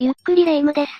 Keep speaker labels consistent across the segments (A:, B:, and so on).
A: ゆっくりレ夢ムです。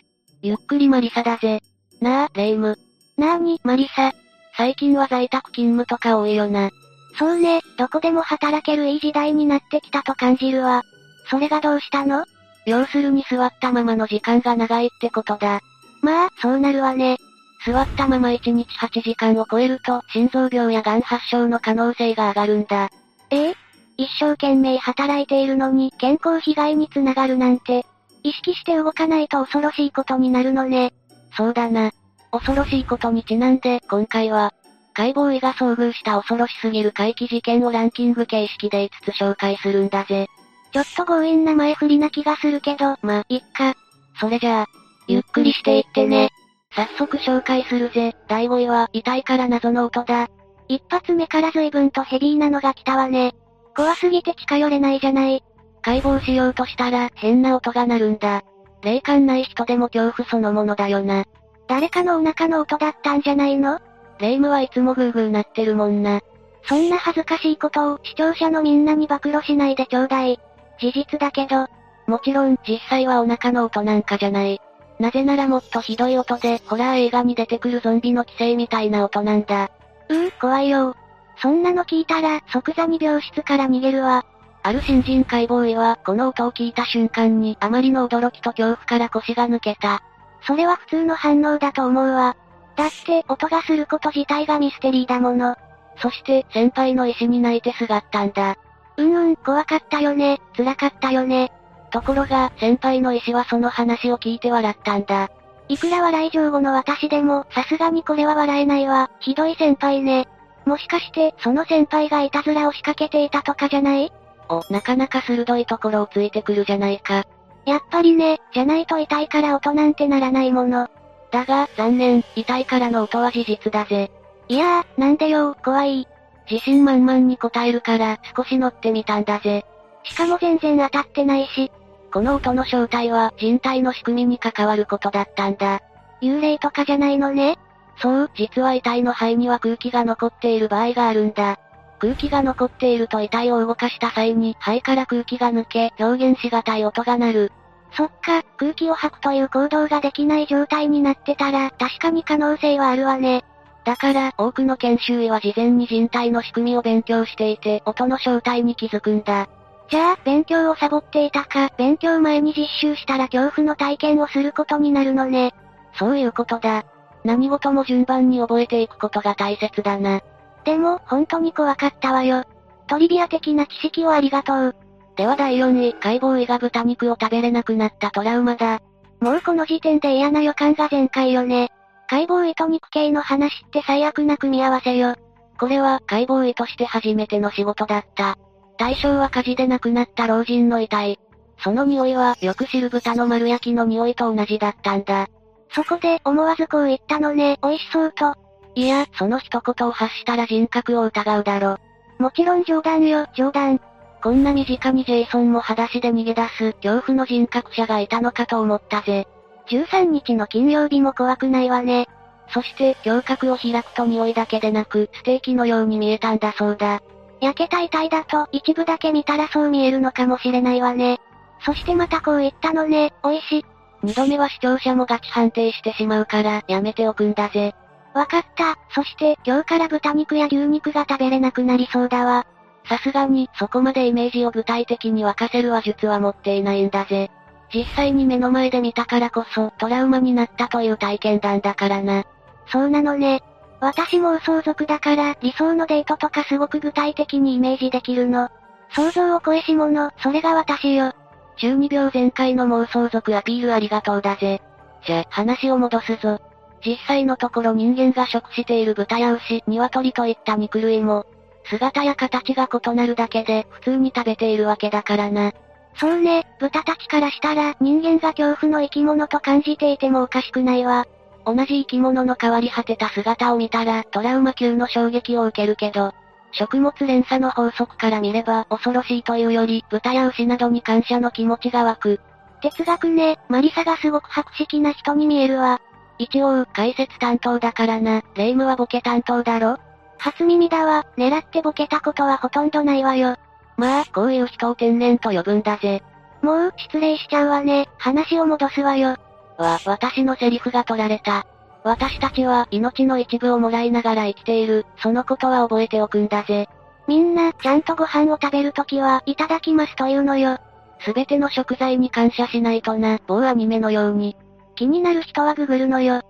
B: ゆっくりマリサだぜ。なあ、レイム。
A: なーに、
B: マリサ。最近は在宅勤務とか多いよな。
A: そうね、どこでも働けるいい時代になってきたと感じるわ。それがどうしたの
B: 要するに座ったままの時間が長いってことだ。
A: まあ、そうなるわね。
B: 座ったまま1日8時間を超えると、心臓病やがん発症の可能性が上がるんだ。
A: ええ一生懸命働いているのに健康被害につながるなんて、意識して動かないと恐ろしいことになるのね。
B: そうだな。恐ろしいことにちなんで、今回は、解剖医が遭遇した恐ろしすぎる怪奇事件をランキング形式で5つ紹介するんだぜ。
A: ちょっと強引な前振りな気がするけど、
B: ま、いっか。それじゃあ、ゆっくりしていってね。早速紹介するぜ。第5位は、遺体から謎の音だ。
A: 一発目から随分とヘビーなのが来たわね。怖すぎて近寄れないじゃない。
B: 解剖しようとしたら、変な音が鳴るんだ。霊感ない人でも恐怖そのものだよな。
A: 誰かのお腹の音だったんじゃないの
B: 霊夢はいつもグーグーなってるもんな。
A: そんな恥ずかしいことを視聴者のみんなに暴露しないでちょうだい。事実だけど、
B: もちろん、実際はお腹の音なんかじゃない。なぜならもっとひどい音で、ホラー映画に出てくるゾンビの寄生みたいな音なんだ。
A: うー、怖いよ。そんなの聞いたら即座に病室から逃げるわ。
B: ある新人解剖医は、この音を聞いた瞬間に、あまりの驚きと恐怖から腰が抜けた。
A: それは普通の反応だと思うわ。だって音がすること自体がミステリーだもの。
B: そして、先輩の医師に泣いてすがったんだ。
A: うんうん、怖かったよね、辛かったよね。
B: ところが、先輩の医師はその話を聞いて笑ったんだ。
A: いくら笑い上手の私でも、さすがにこれは笑えないわ。ひどい先輩ね。もしかして、その先輩がいたずらを仕掛けていたとかじゃない
B: お、なかなか鋭いところをついてくるじゃないか。
A: やっぱりね、じゃないと痛いから音なんてならないもの。
B: だが、残念、遺体からの音は事実だぜ。
A: いやー、なんでよ怖い。
B: 自信満々に答えるから、少し乗ってみたんだぜ。
A: しかも全然当たってないし、
B: この音の正体は、人体の仕組みに関わることだったんだ。
A: 幽霊とかじゃないのね。
B: そう、実は遺体の肺には空気が残っている場合があるんだ。空気が残っていると遺体を動かした際に、肺から空気が抜け、表現しがたい音が鳴る。
A: そっか、空気を吐くという行動ができない状態になってたら、確かに可能性はあるわね。
B: だから、多くの研修医は事前に人体の仕組みを勉強していて、音の正体に気づくんだ。
A: じゃあ、勉強をサボっていたか、勉強前に実習したら恐怖の体験をすることになるのね。
B: そういうことだ。何事も順番に覚えていくことが大切だな。
A: でも、本当に怖かったわよ。トリビア的な知識をありがとう。
B: では第4位、解剖医が豚肉を食べれなくなったトラウマだ。
A: もうこの時点で嫌な予感が全開よね。解剖医と肉系の話って最悪な組み合わせよ。
B: これは解剖医として初めての仕事だった。対象は火事で亡くなった老人の遺体。その匂いは、よく知る豚の丸焼きの匂いと同じだったんだ。
A: そこで、思わずこう言ったのね、美味しそうと。
B: いや、その一言を発したら人格を疑うだろ。
A: もちろん冗談よ、冗談。
B: こんな身近にジェイソンも裸足で逃げ出す、恐怖の人格者がいたのかと思ったぜ。
A: 13日の金曜日も怖くないわね。
B: そして、胸郭を開くと匂いだけでなく、ステーキのように見えたんだそうだ。
A: 焼けた遺体だと、一部だけ見たらそう見えるのかもしれないわね。そしてまたこう言ったのね、美味しい。
B: 二度目は視聴者もガチ判定してしまうから、やめておくんだぜ。
A: わかった。そして、今日から豚肉や牛肉が食べれなくなりそうだわ。
B: さすがに、そこまでイメージを具体的に沸かせる話術は持っていないんだぜ。実際に目の前で見たからこそ、トラウマになったという体験談だからな。
A: そうなのね。私も想族だから、理想のデートとかすごく具体的にイメージできるの。想像を超えし者、それが私よ。
B: 12秒全開の妄想族アピールありがとうだぜ。じゃ、話を戻すぞ。実際のところ人間が食している豚や牛、鶏といった肉類も、姿や形が異なるだけで、普通に食べているわけだからな。
A: そうね、豚たちからしたら人間が恐怖の生き物と感じていてもおかしくないわ。
B: 同じ生き物の変わり果てた姿を見たらトラウマ級の衝撃を受けるけど、食物連鎖の法則から見れば恐ろしいというより、豚や牛などに感謝の気持ちが湧く。
A: 哲学ね、マリサがすごく博識な人に見えるわ。
B: 一応、解説担当だからな、霊夢はボケ担当だろ
A: 初耳だわ、狙ってボケたことはほとんどないわよ。
B: まあ、こういう人を天然と呼ぶんだぜ。
A: もう、失礼しちゃうわね。話を戻すわよ。
B: わ、私のセリフが取られた。私たちは命の一部をもらいながら生きている、そのことは覚えておくんだぜ。
A: みんな、ちゃんとご飯を食べるときは、いただきますというのよ。
B: すべての食材に感謝しないとな、某アニメのように。
A: 気になる人はググるのよ。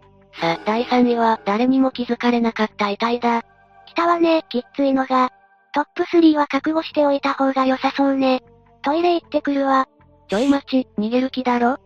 B: さ、第3位は、誰にも気づかれなかった遺体だ。
A: 来たわね、きっついのが。トップ3は覚悟しておいた方が良さそうね。トイレ行ってくるわ。
B: ちょい待ち、逃げる気だろ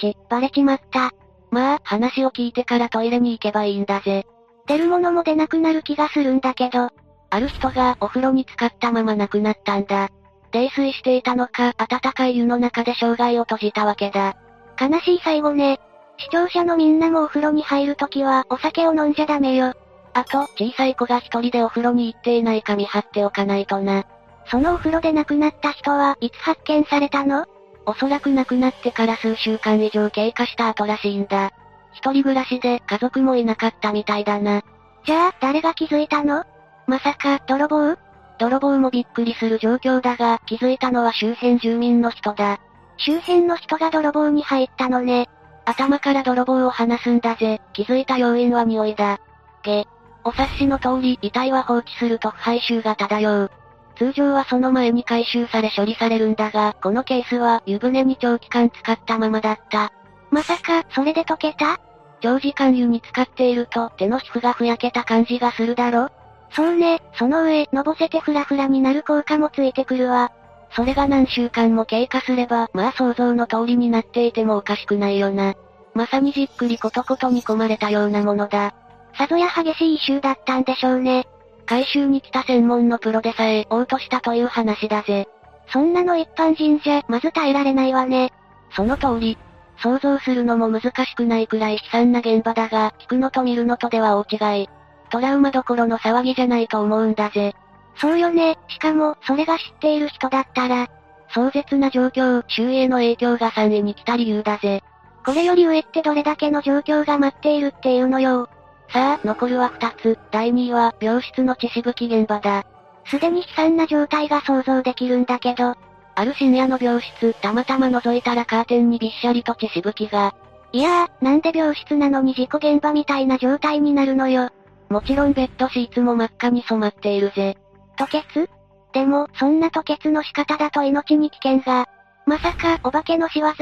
A: ち、バレちまった。
B: まあ、話を聞いてからトイレに行けばいいんだぜ。
A: 出るものも出なくなる気がするんだけど。
B: ある人がお風呂に浸かったまま亡くなったんだ。泥酔していたのか、暖かい湯の中で生涯を閉じたわけだ。
A: 悲しい最後ね。視聴者のみんなもお風呂に入るときはお酒を飲んじゃダメよ。
B: あと、小さい子が一人でお風呂に行っていないか見張っておかないとな。
A: そのお風呂で亡くなった人はいつ発見されたの
B: おそらく亡くなってから数週間以上経過した後らしいんだ。一人暮らしで家族もいなかったみたいだな。
A: じゃあ、誰が気づいたのまさか、泥棒
B: 泥棒もびっくりする状況だが、気づいたのは周辺住民の人だ。
A: 周辺の人が泥棒に入ったのね。
B: 頭から泥棒を離すんだぜ。気づいた要因は匂いだ。げ。お察しの通り、遺体は放置すると腐敗臭が漂う。通常はその前に回収され処理されるんだが、このケースは湯船に長期間使ったままだった。
A: まさか、それで溶けた
B: 長時間湯に浸かっていると手の皮膚がふやけた感じがするだろ
A: そうね、その上、のぼせてフラフラになる効果もついてくるわ。
B: それが何週間も経過すれば、まあ想像の通りになっていてもおかしくないよな。まさにじっくりことこと煮込まれたようなものだ。
A: さぞや激しい異臭だったんでしょうね。
B: 回収に来た専門のプロでさえ、嘔吐したという話だぜ。
A: そんなの一般人じゃ、まず耐えられないわね。
B: その通り。想像するのも難しくないくらい悲惨な現場だが、聞くのと見るのとでは大違い。トラウマどころの騒ぎじゃないと思うんだぜ。
A: そうよね、しかも、それが知っている人だったら、
B: 壮絶な状況、周囲への影響が3位に来た理由だぜ。
A: これより上ってどれだけの状況が待っているっていうのよ。
B: さあ、残るは2つ。第2位は、病室の血しぶき現場だ。
A: すでに悲惨な状態が想像できるんだけど、
B: ある深夜の病室、たまたま覗いたらカーテンにびっしゃりと血しぶきが。
A: いやー、なんで病室なのに事故現場みたいな状態になるのよ。
B: もちろんベッドシーツも真っ赤に染まっているぜ。
A: 吐血でも、そんな吐血の仕方だと命に危険が。まさか、お化けの仕業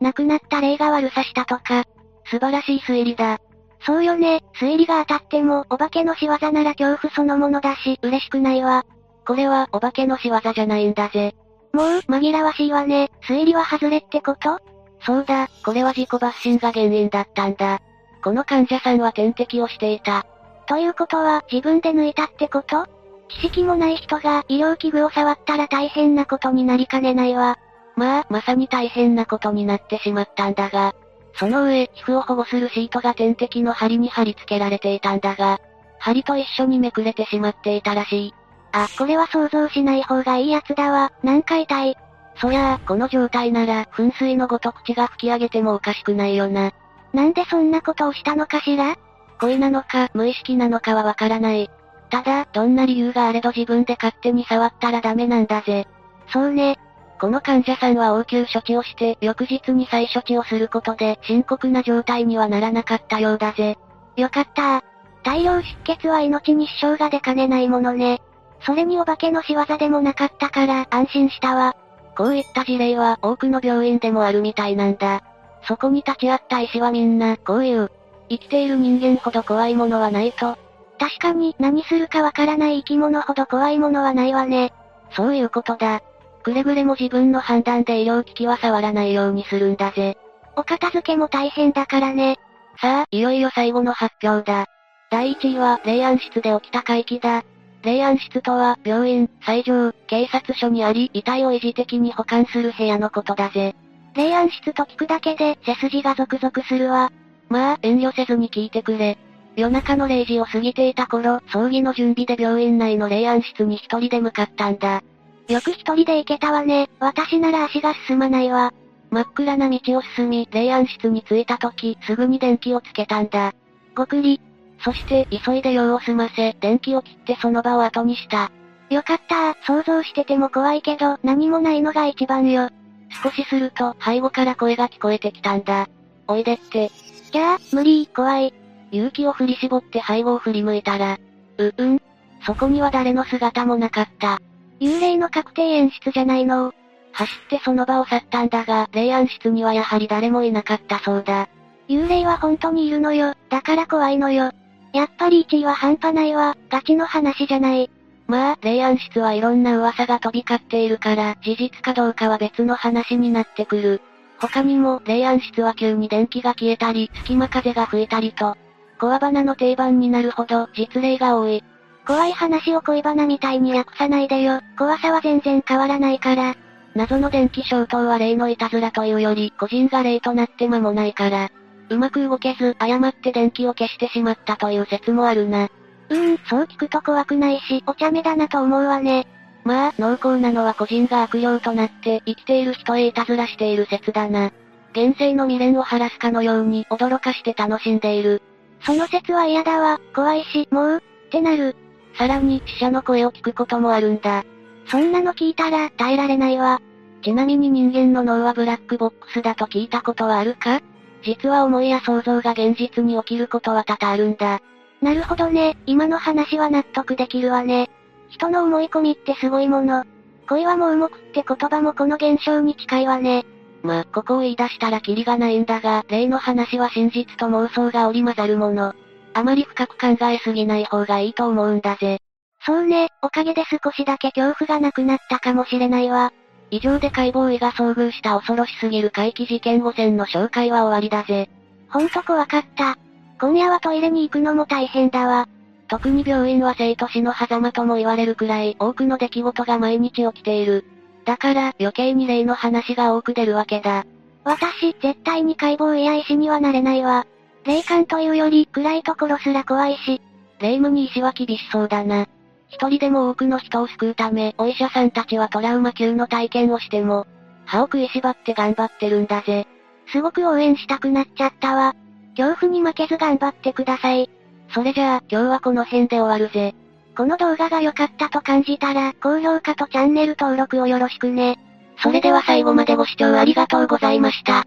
A: 亡くなった霊が悪さしたとか。
B: 素晴らしい推理だ。
A: そうよね、推理が当たっても、お化けの仕業なら恐怖そのものだし、嬉しくないわ。
B: これは、お化けの仕業じゃないんだぜ。
A: もう、紛らわしいわね、推理は外れってこと
B: そうだ、これは自己抜心が原因だったんだ。この患者さんは点滴をしていた。
A: ということは、自分で抜いたってこと知識もない人が、医療器具を触ったら大変なことになりかねないわ。
B: まあ、まさに大変なことになってしまったんだが、その上、皮膚を保護するシートが点滴の針に貼り付けられていたんだが、針と一緒にめくれてしまっていたらしい。
A: あ、これは想像しない方がいいやつだわ、なんか痛い。
B: そりゃあ、この状態なら、噴水のごと口が吹き上げてもおかしくないよな。
A: なんでそんなことをしたのかしら
B: 恋なのか、無意識なのかはわからない。ただ、どんな理由があれど自分で勝手に触ったらダメなんだぜ。
A: そうね、
B: この患者さんは応急処置をして、翌日に再処置をすることで、深刻な状態にはならなかったようだぜ。
A: よかった。大量出血は命に支障が出かねないものね。それにお化けの仕業でもなかったから、安心したわ。
B: こういった事例は多くの病院でもあるみたいなんだ。そこに立ち会った医師はみんな、こういう、生きている人間ほど怖いものはないと。
A: 確かに、何するかわからない生き物ほど怖いものはないわね。
B: そういうことだ。くれぐれも自分の判断で医療機器は触らないようにするんだぜ。
A: お片付けも大変だからね。
B: さあ、いよいよ最後の発表だ。第1位は、霊安室で起きた怪奇だ。霊安室とは、病院、斎場、警察署にあり、遺体を維持的に保管する部屋のことだぜ。
A: 霊安室と聞くだけで、背筋がゾクゾクするわ。
B: まあ、遠慮せずに聞いてくれ。夜中の0時を過ぎていた頃、葬儀の準備で病院内の霊安室に一人で向かったんだ。
A: よく一人で行けたわね。私なら足が進まないわ。
B: 真っ暗な道を進み、霊安室に着いた時、すぐに電気をつけたんだ。ごくり。そして、急いで用を済ませ、電気を切ってその場を後にした。
A: よかった想像してても怖いけど、何もないのが一番よ。
B: 少しすると、背後から声が聞こえてきたんだ。おいでって。
A: きゃー、無理、怖い。
B: 勇気を振り絞って背後を振り向いたら、う、うん。そこには誰の姿もなかった。
A: 幽霊の確定演出じゃないの
B: 走ってその場を去ったんだが、霊安室にはやはり誰もいなかったそうだ。
A: 幽霊は本当にいるのよ。だから怖いのよ。やっぱり1位は半端ないわ。ガチの話じゃない。
B: まあ、霊安室はいろんな噂が飛び交っているから、事実かどうかは別の話になってくる。他にも、霊安室は急に電気が消えたり、隙間風が吹いたりと、コアバナの定番になるほど、実例が多い。
A: 怖い話を恋バナみたいに訳さないでよ。怖さは全然変わらないから。
B: 謎の電気消灯は霊のいたずらというより、個人が霊となって間もないから、うまく動けず、誤って電気を消してしまったという説もあるな。
A: うーん、そう聞くと怖くないし、お茶目だなと思うわね。
B: まあ、濃厚なのは個人が悪霊となって生きている人へいたずらしている説だな。現世の未練を晴らすかのように驚かして楽しんでいる。
A: その説は嫌だわ。怖いし、もう、ってなる。
B: さらに死者の声を聞くこともあるんだ。
A: そんなの聞いたら耐えられないわ。
B: ちなみに人間の脳はブラックボックスだと聞いたことはあるか実は思いや想像が現実に起きることは多々あるんだ。
A: なるほどね、今の話は納得できるわね。人の思い込みってすごいもの。恋は盲目って言葉もこの現象に近いわね。
B: まあ、ここを言い出したらキリがないんだが、例の話は真実と妄想が織り交ざるもの。あまり深く考えすぎない方がいいと思うんだぜ。
A: そうね、おかげで少しだけ恐怖がなくなったかもしれないわ。
B: 以上で解剖医が遭遇した恐ろしすぎる怪奇事件5選の紹介は終わりだぜ。
A: ほんと怖かった。今夜はトイレに行くのも大変だわ。
B: 特に病院は生と死の狭間とも言われるくらい多くの出来事が毎日起きている。だから余計に例の話が多く出るわけだ。
A: 私、絶対に解剖医や医師にはなれないわ。霊感というより、暗いところすら怖いし、
B: 霊夢に医師は厳しそうだな。一人でも多くの人を救うため、お医者さんたちはトラウマ級の体験をしても、歯を食いしばって頑張ってるんだぜ。
A: すごく応援したくなっちゃったわ。恐怖に負けず頑張ってください。
B: それじゃあ、今日はこの辺で終わるぜ。
A: この動画が良かったと感じたら、高評価とチャンネル登録をよろしくね。
B: それでは最後までご視聴ありがとうございました。